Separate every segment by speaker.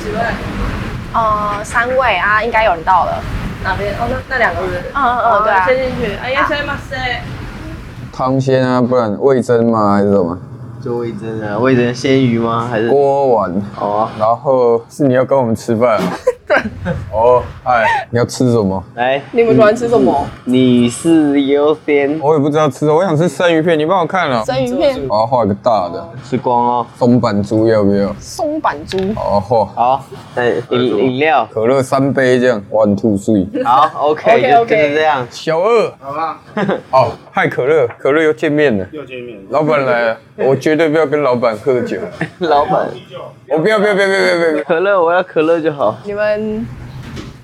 Speaker 1: 几位？
Speaker 2: 呃，三位啊，应该有人到了。
Speaker 1: 哪边？哦，那那两个人。
Speaker 2: 嗯嗯嗯，对啊
Speaker 1: 先。进去。哎呀，先马塞。
Speaker 3: 汤鲜啊，不然味噌吗？还是什么？
Speaker 4: 做味增啊，味增鲜鱼吗？还是
Speaker 3: 锅碗。
Speaker 4: 好啊，
Speaker 3: 然后是你要跟我们吃饭、啊？对。哦，哎，你要吃什么？
Speaker 4: 来，
Speaker 2: 你们喜欢吃什么？
Speaker 4: 女士优先，
Speaker 3: 我也不知道吃什么，我想吃生鱼片，你帮我看了、
Speaker 2: 生鱼片、
Speaker 3: 我要画一个大的，
Speaker 4: 吃光哦。
Speaker 3: 松板猪要不要？
Speaker 2: 松板猪。
Speaker 3: 好好画。
Speaker 4: 好，哎，饮饮料，
Speaker 3: 可乐三杯这样，one two three。
Speaker 4: 好，OK，就 就是这样。
Speaker 3: 小二，好吧。 哦，嗨，可乐，可乐又见面了，
Speaker 5: 又见面了，
Speaker 3: 老板来了，我绝对不要跟老板喝酒，
Speaker 4: 老板，
Speaker 3: 我不要不要不要不要不要不要，
Speaker 4: 可乐，我要可乐就好。
Speaker 2: 你们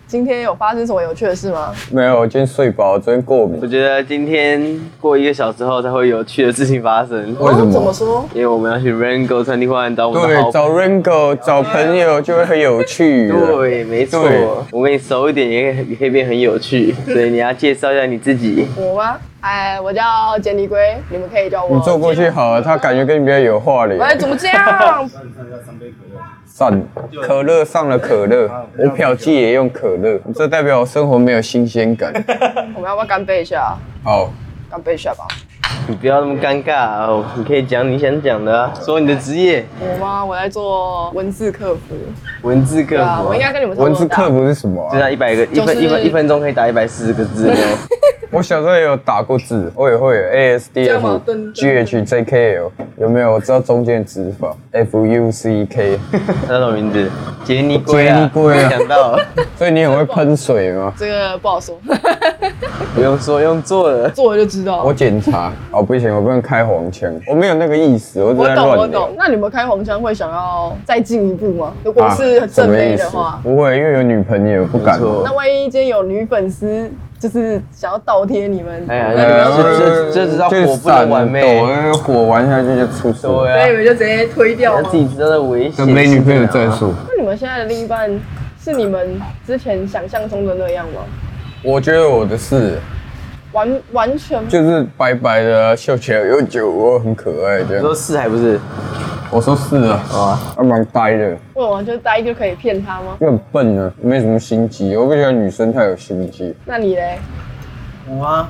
Speaker 2: 今天有发生什么有趣的事吗？
Speaker 3: 没有，我今天睡饱，昨天过敏
Speaker 4: 我，觉得今天过一个小时后才会有趣的事情发生，
Speaker 3: 为什
Speaker 2: 怎么
Speaker 3: 么？
Speaker 2: 说？
Speaker 4: 因为我们要去 Rango 餐厅换找我们的
Speaker 3: 对，
Speaker 4: 好朋友。
Speaker 3: 找 Ringo 找朋友就会很有趣了。
Speaker 4: 对，没错
Speaker 3: 对，
Speaker 4: 我跟你熟一点也可以也可以变很有趣，所以你要介绍一下你自己。
Speaker 2: 我吗？哎，我叫简尼龟，你们可以叫我。
Speaker 3: 你坐过去好了，他感觉跟你比较有话聊。
Speaker 2: 哎，怎么这样？
Speaker 5: 让你看一下三杯可乐。
Speaker 3: 上可乐上了可乐，
Speaker 2: 啊
Speaker 3: 我嫖妓也用可乐，这代表我生活没有新鲜 感。
Speaker 2: 我们要不要干杯一下？
Speaker 3: 好，
Speaker 2: 干杯一下吧。
Speaker 4: 你不要那么尴尬哦，你可以讲你想讲的啊、说你的职业，
Speaker 2: 我吗？我在做文字客服。
Speaker 4: 文字客
Speaker 2: 对
Speaker 4: 服
Speaker 2: 啊，
Speaker 4: 啊。
Speaker 2: 我应该跟你们差不
Speaker 3: 文
Speaker 2: 多
Speaker 3: 字
Speaker 2: 大
Speaker 3: 客。服是什么
Speaker 4: 就
Speaker 3: 啊？
Speaker 4: 像一百个一
Speaker 2: 就是
Speaker 4: 分一分一分钟可以打一百四十个 字哦。
Speaker 3: 我小时候也有打过字，我也会有 A S D
Speaker 2: 样吗
Speaker 3: F
Speaker 2: 噔噔
Speaker 3: G H J K L，有没有？我知道中间的指法 F U C K，
Speaker 4: 那种名字，杰尼龟啊，
Speaker 3: 杰尼龟啊
Speaker 4: 没想到了，
Speaker 3: 所以你很会喷水吗？
Speaker 2: 这个不好说，
Speaker 4: 不用说，用做了。
Speaker 2: 做了就知道。
Speaker 3: 我检查，哦不行，我不能开黄腔，我没有那个意思，我只
Speaker 2: 我
Speaker 3: 是在
Speaker 2: 懂，我
Speaker 3: 乱聊
Speaker 2: 懂。。那你们开黄腔会想要再进一步吗？如果
Speaker 3: 啊
Speaker 2: 是很
Speaker 3: 什
Speaker 2: 正
Speaker 3: 么
Speaker 2: 妹
Speaker 3: 意思
Speaker 2: 的话，
Speaker 3: 不会，因为有女朋友，不敢
Speaker 4: 没。错
Speaker 2: 那万一今天有女粉丝就是想要倒贴你们，
Speaker 4: 哎呀，
Speaker 2: 那你们要
Speaker 4: 这
Speaker 2: 怎么
Speaker 4: 这这这知道火不能玩
Speaker 3: 呃就是
Speaker 4: 妹
Speaker 3: 闪，躲火玩下去就出事。
Speaker 4: 对
Speaker 2: 所以
Speaker 4: 啊，
Speaker 2: 你们就直接推掉
Speaker 4: 要
Speaker 2: 吗
Speaker 4: 自？己知道的危险。
Speaker 3: 等没女朋友再。
Speaker 4: 啊
Speaker 3: 说。
Speaker 2: 那你们现在的另一半是你们之前想象中的那样吗？
Speaker 3: 我觉得我的事
Speaker 2: 完完全
Speaker 3: 就是白白的啊，笑起来有酒窝，很可爱这
Speaker 4: 你说
Speaker 3: 样。
Speaker 4: 是还不是？
Speaker 3: 我说是啊，
Speaker 4: 啊，
Speaker 3: 还蛮呆的，
Speaker 2: 问完就呆就可以骗他吗？
Speaker 3: 又很笨啊，没什么心机。我不喜欢女生太有心机。
Speaker 2: 那你嘞？
Speaker 6: 我啊，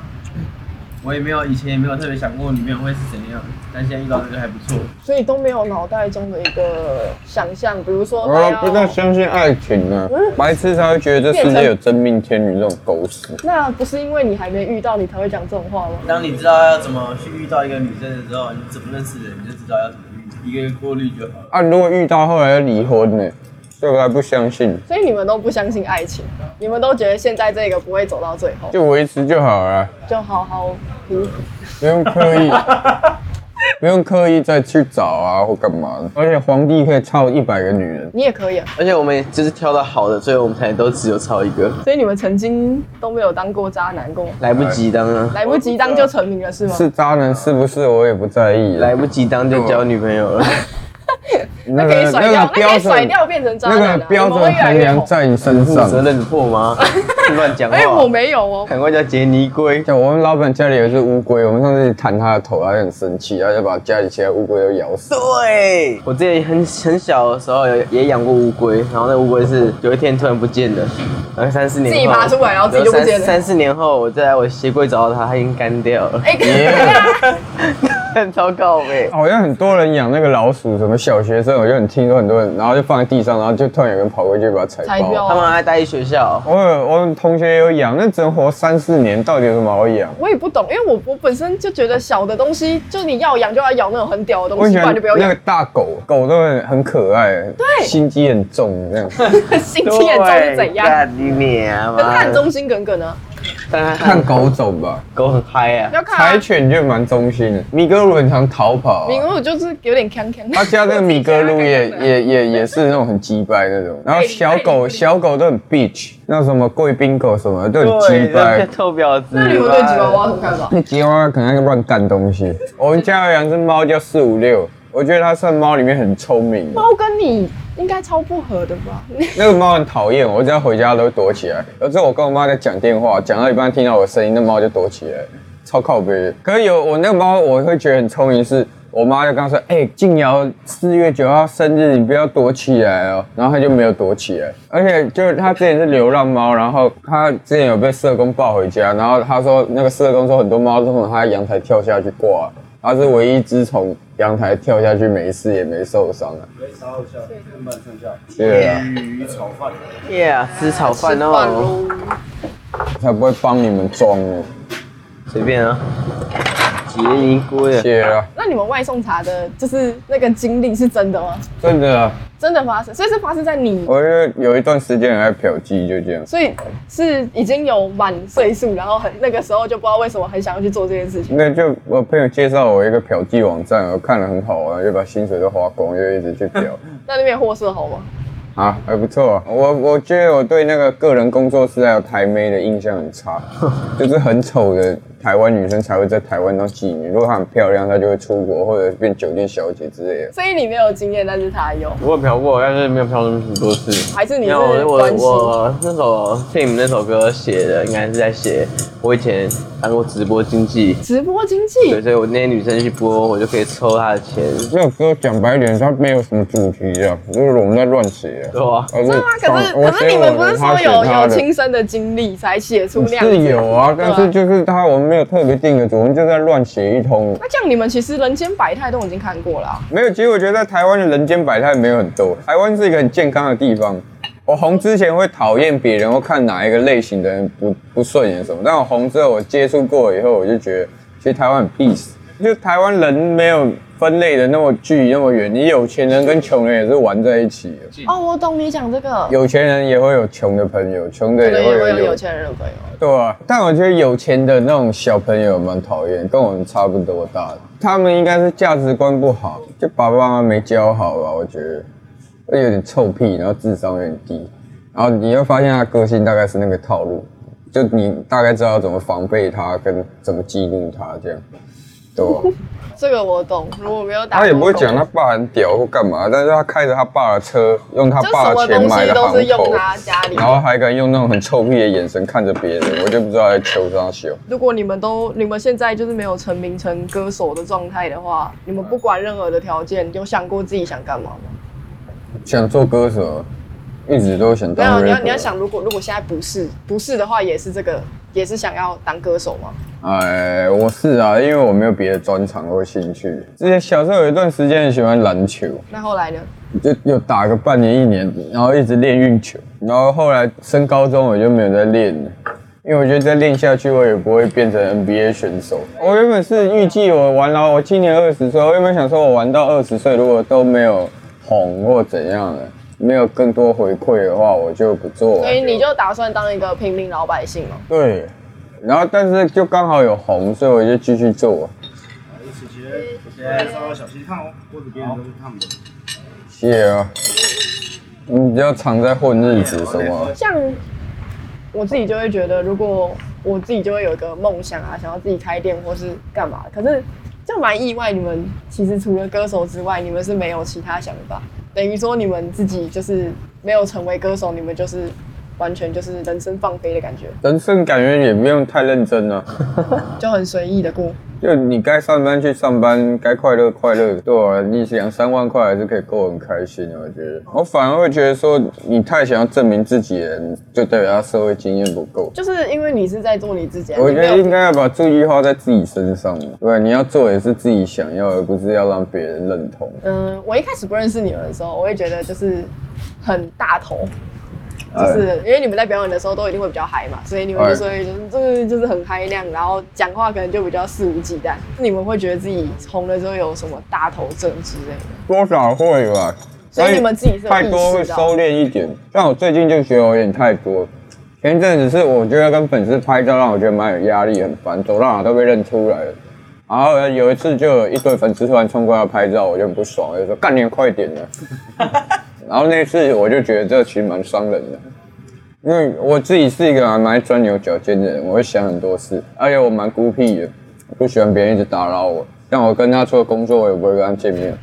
Speaker 6: 我也没有以前也没有特别想过女朋友会是怎样，但现在遇到这个还不错。
Speaker 2: 所以都没有脑袋中的一个想象，比如说哎
Speaker 3: 我
Speaker 2: 他
Speaker 3: 哦啊不太
Speaker 2: 要
Speaker 3: 相信爱情啊，
Speaker 2: 嗯
Speaker 3: 白痴才会觉得这世界有真命天女这种狗屎。
Speaker 2: 那不是因为你还没遇到你才会讲这种话吗？
Speaker 6: 当你知道要怎么去遇到一个女生的时候，你怎么认识人，你就知道要怎么遇，一个一个过滤就好了。
Speaker 3: 啊，如果遇到后来要离婚呢？所以我还不相信，
Speaker 2: 所以你们都不相信爱情，你们都觉得现在这个不会走到最后，
Speaker 3: 就维持就好了，
Speaker 2: 就好好嗯
Speaker 3: 不用刻意，不用刻意再去找啊或干嘛的。而且皇帝可以操一百个女人，
Speaker 2: 你也可以啊。
Speaker 4: 而且我们就是挑到好的，所以我们才都只有超一个，
Speaker 2: 所以你们曾经都没有当过渣男过，
Speaker 4: 来不及当啊，
Speaker 2: 来不及当就成名了是吗？
Speaker 3: 是渣男是不是？我也不在意啊。
Speaker 4: 来不及当就交女朋友
Speaker 2: 哎
Speaker 4: 了。
Speaker 3: 那
Speaker 2: 可以甩掉，那可
Speaker 3: 标
Speaker 2: 以甩
Speaker 3: 准，
Speaker 2: 掉变成渣
Speaker 3: 那
Speaker 2: 男、啊。
Speaker 3: 个标
Speaker 2: 你们
Speaker 3: 准
Speaker 2: 会越来
Speaker 3: 衡
Speaker 2: 越
Speaker 3: 量
Speaker 2: 红。
Speaker 3: 在你身
Speaker 4: 负责
Speaker 3: 上。
Speaker 4: 任 破吗？乱讲话。
Speaker 2: 哎、我没有哦。
Speaker 4: 赶快叫杰尼龟。
Speaker 3: 像我们老板家里有一只乌龟，我们上次弹它的头，它就很生气，它就把家里其他乌龟都咬死。
Speaker 4: 对，我之前很很小的时候有也养过乌龟，然后那乌龟是有一天突然不见了，然后三四年后
Speaker 2: 自己拔出来然后自己就不见了
Speaker 4: 三三四年后，我再来我鞋柜找到它，它已经干掉了，
Speaker 2: 哎、欸，
Speaker 4: 很糟糕呗。
Speaker 3: 好像很多人养那个老鼠，什么小学生，我就很听说很多人，然后就放在地上，然后就突然有人跑过去把它踩
Speaker 2: 才
Speaker 3: 爆。
Speaker 2: 标
Speaker 4: 他们
Speaker 2: 啊。
Speaker 4: 还待在学 校，
Speaker 3: 我有我们同学也有养，那只能活三四年，到底有什么好养？
Speaker 2: 我也不懂，因为我我本身就觉得小的东西，就是你要养就要养那种很屌的
Speaker 3: 我
Speaker 2: 东
Speaker 3: 很
Speaker 2: 西，
Speaker 3: 喜
Speaker 2: 不
Speaker 3: 欢
Speaker 2: 然就不要
Speaker 3: 那个
Speaker 2: 养。
Speaker 3: 大狗，狗都很很可爱，对心机 很重这样。
Speaker 2: 心机很重是怎样？
Speaker 4: 干你娘
Speaker 2: 可是他很
Speaker 4: 妈！
Speaker 2: 忠心耿耿啊，
Speaker 4: 但它
Speaker 3: 看狗种吧，
Speaker 4: 狗很嗨啊，
Speaker 2: 要看
Speaker 3: 柴
Speaker 2: 啊
Speaker 3: 犬就蛮忠心的。米格鲁很常逃跑、
Speaker 2: 明
Speaker 3: 啊，
Speaker 2: 我就是有点康康。
Speaker 3: 他家那个米格鲁 也
Speaker 2: 我自己家看看的
Speaker 3: 也也也是那种很鸡掰那 种，然后小
Speaker 1: 哎
Speaker 3: 狗
Speaker 1: 你
Speaker 3: 小狗都很 bitch，那什么贵宾狗什么的都很鸡
Speaker 4: 对，那
Speaker 3: 掰
Speaker 4: 个。臭婊子。
Speaker 2: 那你们对啊吉娃娃有什么看法？
Speaker 3: 那吉娃娃可能爱乱干东西。我们家有两只猫叫四五六，我觉得它算猫里面很聪明的。
Speaker 2: 猫跟你应该超不合的吧？
Speaker 3: 那个猫很讨厌我，我只要回家都会躲起来。有时候我跟我妈在讲电话，讲到一半听到我声音，那猫就躲起来，超靠背的。可是有我那个猫，我会觉得很聪明是，我妈就刚说：“哎、静瑶四月九号生日，你不要躲起来哦。”然后它就没有躲起来，而且就是它之前是流浪猫，然后它之前有被社工抱回家，然后他说那个社工说很多猫都从它阳台跳下去挂，它是唯一一只从阳台跳下去没事也没受伤的、
Speaker 6: 可以稍后下，根本剩下
Speaker 3: 对啊，
Speaker 6: 鱼炒饭。
Speaker 4: Yeah，吃炒饭
Speaker 2: 饭
Speaker 4: 哦，
Speaker 2: 咯
Speaker 3: 才不会帮你们装呢。
Speaker 4: 随便啊，结尼姑的。
Speaker 3: 谢了，
Speaker 2: 那你们外送茶的，就是那个经历是真的吗？
Speaker 3: 真的啊，
Speaker 2: 真的发生，所以是发生在你，
Speaker 3: 我就有一段时间很爱嫖妓，就这样。
Speaker 2: 所以是已经有满岁数，然后很那个时候就不知道为什么很想要去做这件事情。
Speaker 3: 那就我朋友介绍我一个嫖妓网站，我看了很好玩，就把薪水都花光，就一直去嫖
Speaker 2: 那那边货色好吗？
Speaker 3: 啊，还不错、啊。我我觉得我对那个个人工作室还有台妹的印象很差，就是很丑的台湾女生才会在台湾当妓女，如果她很漂亮，她就会出国或者变酒店小姐之类的。
Speaker 2: 所以你没有经验，但是他有，
Speaker 4: 我有嫖过，但是没有嫖那么多次。
Speaker 2: 还是你
Speaker 4: 没
Speaker 2: 是
Speaker 4: 有，我我
Speaker 2: 关系？
Speaker 4: 我那首 Tim 那首歌写的，应该是在写我以前当过直播经济，
Speaker 2: 直播经
Speaker 4: 对，
Speaker 2: 济
Speaker 4: 所以我那些女生去播，我就可以抽她的钱，
Speaker 3: 那首歌讲白一点，它没有什么主题啊，就是我们在乱写、啊。
Speaker 4: 对吧？
Speaker 3: 真
Speaker 2: 真的吗？可是可是你们不是说有有亲身的经历才写出那样
Speaker 3: 是
Speaker 2: 子？
Speaker 3: 有啊，
Speaker 2: 对
Speaker 3: 但
Speaker 2: 吧
Speaker 3: 是就是他，我们没有特别定个主，我们就在乱写一通。
Speaker 2: 那这样你们其实人间百态都已经看过了啊、
Speaker 3: 没有，其实我觉得在台湾的人间百态没有很多，台湾是一个很健康的地方。我红之前会讨厌别人，或看哪一个类型的人不不顺眼什么，但我红之后我接触过以后，我就觉得其实台湾很 peace，就台湾人没有分类的那么距那么远，你有钱人跟穷人也是玩在一起的，
Speaker 2: 哦，我懂你讲这个，
Speaker 3: 有钱人也会有穷的朋友，穷
Speaker 2: 可
Speaker 3: 的也
Speaker 2: 能
Speaker 3: 会
Speaker 2: 也会
Speaker 3: 有
Speaker 2: 有
Speaker 3: 有
Speaker 2: 有钱人的朋友。
Speaker 3: 对啊，但我觉得有钱的那种小朋友蛮讨厌，跟我们差不多大的，他们应该是价值观不好，就爸爸妈妈没教好吧，我觉得，会有点臭屁，然后智商有点低，然后你会发现他个性大概是那个套路，就你大概知道怎么防备他跟怎么激怒他这样，对
Speaker 2: 啊
Speaker 3: 吧、
Speaker 2: 这个我懂，如果没有打，
Speaker 3: 他也不会讲他。爸很屌或干嘛，但是他开着他爸的车，用他
Speaker 2: 就
Speaker 3: 爸
Speaker 2: 什么
Speaker 3: 的钱
Speaker 2: 东
Speaker 3: 买
Speaker 2: 西
Speaker 3: 的
Speaker 2: 都
Speaker 3: 行
Speaker 2: 是用
Speaker 3: 头，
Speaker 2: 他家里。
Speaker 3: 然后还敢用那种很臭屁的眼神看着别人，我就不知道在求啥笑。
Speaker 2: 如果你们都你们现在就是没有成名成歌手的状态的话，你们不管任何的条件，有想过自己想干嘛吗？
Speaker 3: 想做歌手，一直都想
Speaker 2: 没
Speaker 3: 当。
Speaker 2: 有，你要你要，想，如果如果现在不是不是的话，也是这个，也是想要当歌手吗？
Speaker 3: 哎，我是啊，因为我没有别的专长或兴趣。之前小时候有一段时间很喜欢篮球，
Speaker 2: 那后来呢？
Speaker 3: 就有打个半年一年，然后一直练运球，然后后来升高中我就没有再练了。因为我觉得再练下去，我也不会变成 NBA 选手。我原本是预计我玩到我今年二十岁，我原本想说我玩到二十岁，如果都没有红或怎样的，没有更多回馈的话，我就不做了。
Speaker 2: 所以你就打算当一个平民老百姓吗？
Speaker 3: 对，然后但是就刚好有红，所以我就继续做。
Speaker 6: 一起学，现在稍微小心烫哦，锅子边都是烫的。
Speaker 3: 谢谢啊，你比较常在混日子
Speaker 6: 哎
Speaker 3: 什么？
Speaker 2: 像我自己就会觉得，如果我自己就会有一个梦想啊，想要自己开店或是干嘛。可是就蛮意外，你们其实除了歌手之外，你们是没有其他想法，等于说你们自己就是没有成为歌手，你们就是完全就是人生放飞的感觉，
Speaker 3: 人生感觉也不用太认真了、
Speaker 2: 就很随意的过。
Speaker 3: 就你该上班去上班，该快乐快乐。对我、啊，你两三万块还是可以过很开心的，我觉得。我反而会觉得说，你太想要证明自己了，就代表他社会经验不够。
Speaker 2: 就是因为你是在做你自己啊，
Speaker 3: 我
Speaker 2: 你
Speaker 3: 觉
Speaker 2: 没
Speaker 3: 得
Speaker 2: 有
Speaker 3: 应该要把注意力花在自己身上，对，你要做也是自己想要，而不是要让别人认同。
Speaker 2: 嗯，我一开始不认识你们的时候，我会觉得就是很大头，就是因为你们在表演的时候都一定会比较嗨嘛，所以你们
Speaker 3: 哎
Speaker 2: 就所以就是就是就是很嗨那样，然后讲话可能就比较肆无忌惮。你们会觉得自己红了之后有什么大头症之类的，
Speaker 3: 多少会吧。
Speaker 2: 所以你们自己是有
Speaker 3: 太多
Speaker 2: 意
Speaker 3: 会
Speaker 2: 识到
Speaker 3: 收敛一点，但我最近就觉得我有点太多，前一阵子是我觉得跟粉丝拍照让我觉得蛮有压力，很烦，走到哪都被认出来了。然后有一次就有一堆粉丝突然冲过来拍照，我就很不爽，我就说干你快点的。 然后那次我就觉得这其实蛮伤人的，因为我自己是一个还蛮钻牛角尖的人，我会想很多事，而且我蛮孤僻的，我不喜欢别人一直打扰我。像我跟他做工作，我也不会跟他见面，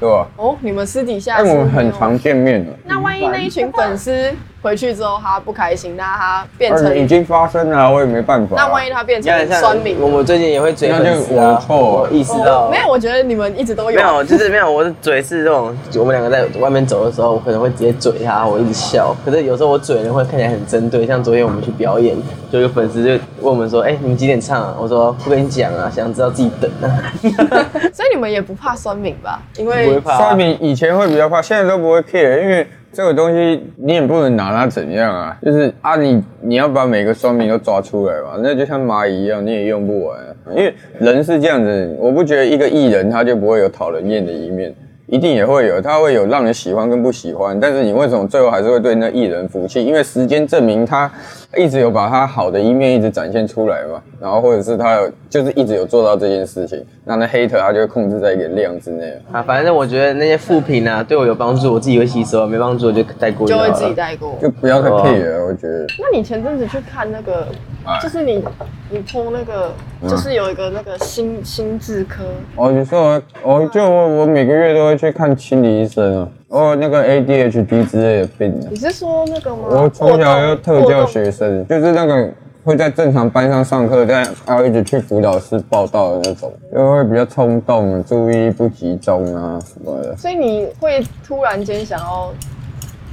Speaker 3: 对吧？
Speaker 2: 哦，你们私底下
Speaker 3: 但
Speaker 2: 是
Speaker 3: 我们
Speaker 2: 没
Speaker 3: 很
Speaker 2: 有
Speaker 3: 常见面的。
Speaker 2: 那万一那一群粉丝回去之后他不开心，那他变
Speaker 3: 而已
Speaker 4: 啊
Speaker 2: 成
Speaker 3: 经发生了，我也没办法。
Speaker 2: 那万一他变
Speaker 4: 你看
Speaker 2: 成
Speaker 4: 像
Speaker 2: 酸民，啊
Speaker 4: 我们最近也会嘴
Speaker 3: 那就
Speaker 4: 粉丝
Speaker 3: 我的
Speaker 4: 啊，
Speaker 3: 错
Speaker 4: 我意识到
Speaker 2: 没有，我觉得你们一直都
Speaker 4: 没
Speaker 2: 有。啊
Speaker 4: 有，就是没有。我的嘴是这种，我们两个在外面走的时候，我可能会直接嘴他，我一直笑。可是有时候我嘴人会看起来很针对，像昨天我们去表演，就有粉丝就问我们说：“哎、你们几点唱啊？”我说：“不跟你讲啊，想知道自己等啊。
Speaker 2: 所以你们也不怕酸民吧？因”
Speaker 4: 不会
Speaker 2: 为
Speaker 4: 怕、啊
Speaker 3: 刷屏以前会比较怕，现在都不会 care，因为这个东西你也不能拿它怎样啊。就是啊你，你要把每个双屏都抓出来嘛，那就像蚂蚁一样，你也用不完、啊。因为人是这样子，我不觉得一个艺人他就不会有讨人厌的一面，一定也会有，他会有让人喜欢跟不喜欢。但是你为什么最后还是会对那艺人服气？因为时间证明他一直有把他好的一面一直展现出来嘛，然后或者是他有就是一直有做到这件事情，那那 hater 他就会控制在一个量之内啊。
Speaker 4: 啊，反正我觉得那些负评啊，对我有帮助，我自己会吸收；没帮助我就带过
Speaker 2: 就
Speaker 4: 好
Speaker 2: 会
Speaker 4: 了
Speaker 2: 自己带过。
Speaker 3: 就不要太 care，、了，我觉得。
Speaker 2: 那你前阵子去看那个，
Speaker 3: 哎嗯
Speaker 2: 就是你你剖那个，就是有一个那个心心智科，
Speaker 3: 哦，你说我，我就我我每个月都会去看心理医生啊，我有那个 ADHD 之类的病啊。
Speaker 2: 你是说那个吗？
Speaker 3: 我从小就
Speaker 2: 又
Speaker 3: 特教学生，就是那个会在正常班上上课，但还要一直去辅导室报道的那种，就会比较冲动，注意力不集中啊什么的。
Speaker 2: 所以你会突然间想要，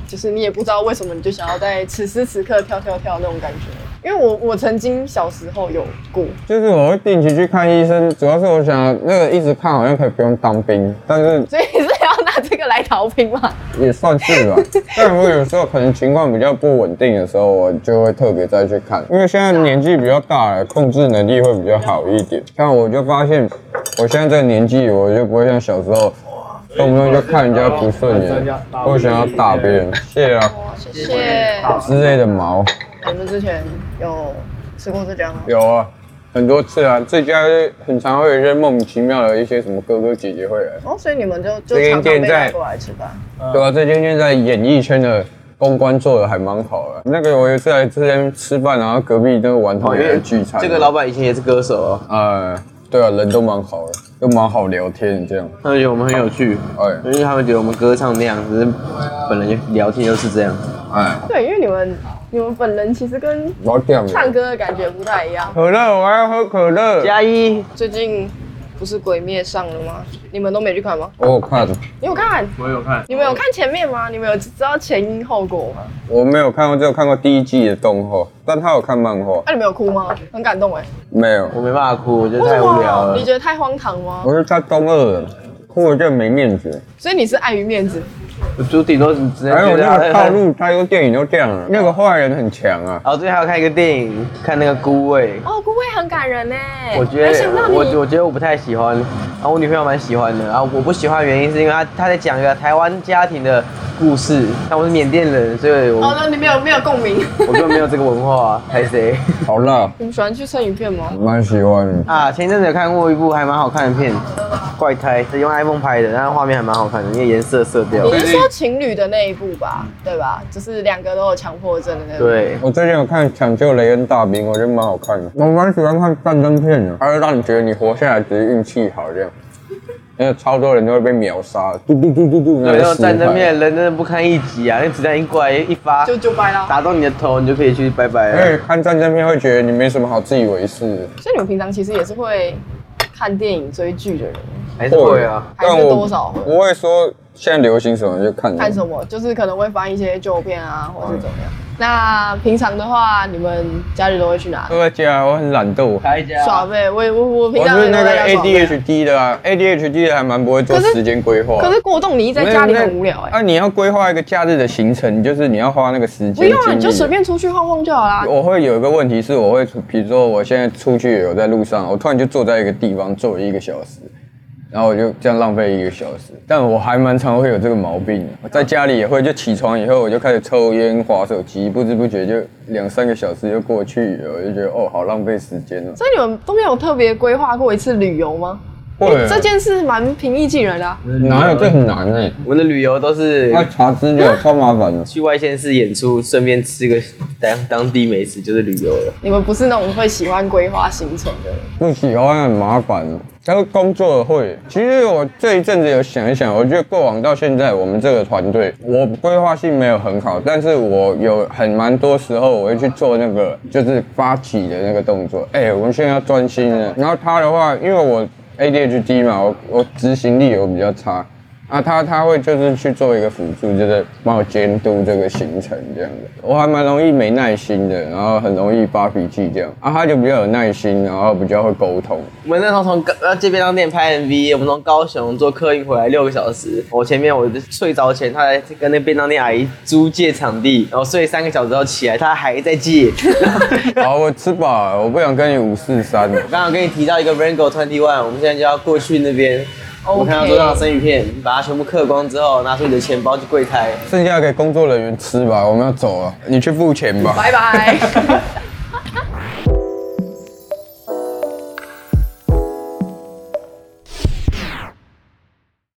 Speaker 2: 就是你也不知道为什么，你就想要在此时此刻跳跳跳那种感觉。因为我我曾经小时候有过，
Speaker 3: 就是我会定期去看医生，主要是我想那个一直看好像可以不用当兵，但是
Speaker 2: 所以你是要拿这个来逃兵吗？
Speaker 3: 也算是吧。但我有时候可能情况比较不稳定的时候，我就会特别再去看，因为现在年纪比较大了，控制能力会比较好一点。像我就发现，我现在这个年纪，我就不会像小时候。动不动就看人家不顺眼，或想要打别人，谢啊
Speaker 2: 哦谢谢。
Speaker 3: 之类的毛
Speaker 2: 你们之前有吃过这家吗？
Speaker 3: 有啊，很多次啊。这家很常会有一些莫名其妙的一些什么哥哥姐姐会来，
Speaker 2: 哦，所以你们就就
Speaker 3: 这间
Speaker 2: 常常被
Speaker 3: 店在
Speaker 2: 带过来吃饭。
Speaker 3: 对啊，这间店在演艺圈的公关做的还蛮好的。那个我有一次来这边吃饭，然后隔壁那个玩童
Speaker 4: 哦因
Speaker 3: 也
Speaker 4: 为
Speaker 3: 来聚餐，
Speaker 4: 这个老板以前也是歌手、哦，
Speaker 3: 呃，对啊，人都蛮好的，又蛮好聊天这样。
Speaker 4: 他们觉得我们很有趣，
Speaker 3: 哎
Speaker 4: 因为他们觉得我们歌唱那样，只是本来就聊天就是这样。
Speaker 3: 哎，
Speaker 2: 对，因为你们你们本人其实跟
Speaker 3: 老点
Speaker 2: 唱歌的感觉不太一样。
Speaker 3: 可乐，我要喝可乐。
Speaker 4: 加一，
Speaker 2: 最近不是《鬼灭》上了吗？你们都没去看吗？
Speaker 3: 我有看，
Speaker 2: 你有看？
Speaker 6: 我有看，
Speaker 2: 你们有看前面吗？你们有知道前因后果吗？
Speaker 3: 我没有看过，只有看过第一季的动画，但他有看漫画，
Speaker 2: 啊那、你们有哭吗？很感动哎、
Speaker 3: 没有。
Speaker 4: 我没办法哭，我觉得
Speaker 2: 为
Speaker 4: 太
Speaker 2: 什
Speaker 4: 无聊
Speaker 2: 么？
Speaker 4: 了
Speaker 2: 你。觉得太荒唐吗
Speaker 3: 我？是看中二的，哭了就没面子。
Speaker 2: 所以你是碍于面子，
Speaker 4: 我就顶多只能
Speaker 3: 还有
Speaker 4: 觉得
Speaker 3: 那个套
Speaker 4: 啊。
Speaker 3: 路，他有电影都这样了，那个坏人很强啊。
Speaker 4: 然哦后最近还有看一个电影，看那个《孤味
Speaker 2: 哦，顾魏很感人呢。》，
Speaker 4: 我觉
Speaker 2: 哎没想到
Speaker 4: 得
Speaker 2: 你
Speaker 4: 我我觉得我不太喜欢，然后我女朋友蛮喜欢的，然啊后我不喜欢的原因是因为她她在讲一个台湾家庭的故事，但我是缅甸人，所以
Speaker 2: 哦，
Speaker 4: 我
Speaker 2: 那你没有没有共鸣。
Speaker 4: 我根本没有这个文化、啊，还谁
Speaker 3: 好辣，
Speaker 2: 你们喜欢去吃影片吗？
Speaker 3: 蛮喜欢的。
Speaker 4: 啊？前一阵子有看过一部还蛮好看的片，《怪胎》，是用 iPhone 拍的，但是画面还蛮好看的，因为颜色色调。
Speaker 2: 你是说情侣的那一部吧？对吧？就是两个都有强迫症的那部。
Speaker 4: 对，
Speaker 3: 我最近有看《抢救雷恩大兵》，我觉得蛮好看的。我蛮喜欢看战争片的，它会让你觉得你活下来只是运气好这样。因为超多人都会被秒杀，嘟嘟嘟嘟嘟，
Speaker 4: 有
Speaker 3: 那
Speaker 4: 那
Speaker 3: 个
Speaker 4: 种
Speaker 3: 石
Speaker 4: 战争
Speaker 3: 牌
Speaker 4: 片的人真的不堪一击啊！那子弹一过来一发，
Speaker 2: 就就掰啦。
Speaker 4: 打中你的头，你就可以去拜拜
Speaker 3: 因
Speaker 4: 了。
Speaker 3: 为看战争片会觉得你没什么好自以为是的，
Speaker 2: 所以你们平常其实也是会看电影追剧的人，
Speaker 4: 还是会啊，
Speaker 2: 还是多少会
Speaker 3: 哦但我不会说现在流行什么就看
Speaker 2: 看
Speaker 3: 么。
Speaker 2: 什么？就是可能会翻一些旧片啊，
Speaker 3: 嗯
Speaker 2: 或是怎么样。那平常的话，你们假日都会去哪？
Speaker 3: 都在家，啊我很懒惰，
Speaker 4: 开一家
Speaker 2: 耍呗，我也我我平
Speaker 3: 啊我
Speaker 2: 常
Speaker 3: 是
Speaker 2: 也
Speaker 3: 那
Speaker 2: 都
Speaker 3: 个
Speaker 2: 在家耍废
Speaker 3: ADHD 的啊，ADHD 的还蛮不会做
Speaker 2: 可是
Speaker 3: 时间规划。
Speaker 2: 可是过动，你一在家里
Speaker 3: 那
Speaker 2: 很无聊哎、
Speaker 3: 那啊，你要规划一个假日的行程，就是你要花那个时间。
Speaker 2: 不用啊，你就
Speaker 3: 精力
Speaker 2: 随便出去晃晃就好啦。
Speaker 3: 我会有一个问题是，我会比如说我现在出去有在路上，我突然就坐在一个地方坐了一个小时，然后我就这样浪费一个小时。但我还蛮常会有这个毛病的，
Speaker 2: 嗯
Speaker 3: 我在家里也会，就起床以后我就开始抽烟、划手机，不知不觉就两三个小时就过去了，我就觉得哦，好浪费时间哦。
Speaker 2: 所以你们都没有特别规划过一次旅游吗？
Speaker 3: 会
Speaker 2: 欸这件事蛮平易近人的啊、
Speaker 3: 哪有这很难呢、
Speaker 4: 我们的旅游都是
Speaker 3: 要查资料超麻烦的。
Speaker 4: 去外县市演出，顺便吃个当当地美食，就是旅游了。
Speaker 2: 你们不是那种会喜欢规划行程的人，
Speaker 3: 不喜欢很麻烦，但是工作会。其实我这一阵子有想一想，我觉得过往到现在，我们这个团队，我规划性没有很好，但是我有很蛮多时候我会去做那个就是发起的那个动作。哎、我们现在要专心了。然后他的话，因为我 ADHD 嘛，我我执行力有比较差。啊，他他会就是去做一个辅助，就是帮我监督这个行程这样的。我还蛮容易没耐心的，然后很容易发脾气这样。啊，他就比较有耐心，然后比较会沟通。
Speaker 4: 我们那时候从高呃街边当店拍 MV，我们从高雄坐客运回来六个小时。我前面我睡着前，他还跟那便当店阿姨租借场地，然后睡三个小时后起来，他还在借。
Speaker 3: 好，我吃饱了，我不想跟你五四三了。
Speaker 4: 我刚刚跟你提到一个 Rango Twenty One，我们现在就要过去那边。我们看到桌上的生鱼片，你把它全部嗑光之后，拿出你的钱包去柜台。
Speaker 3: 剩下给工作人员吃吧，我们要走了，你去付钱吧。
Speaker 2: 拜拜。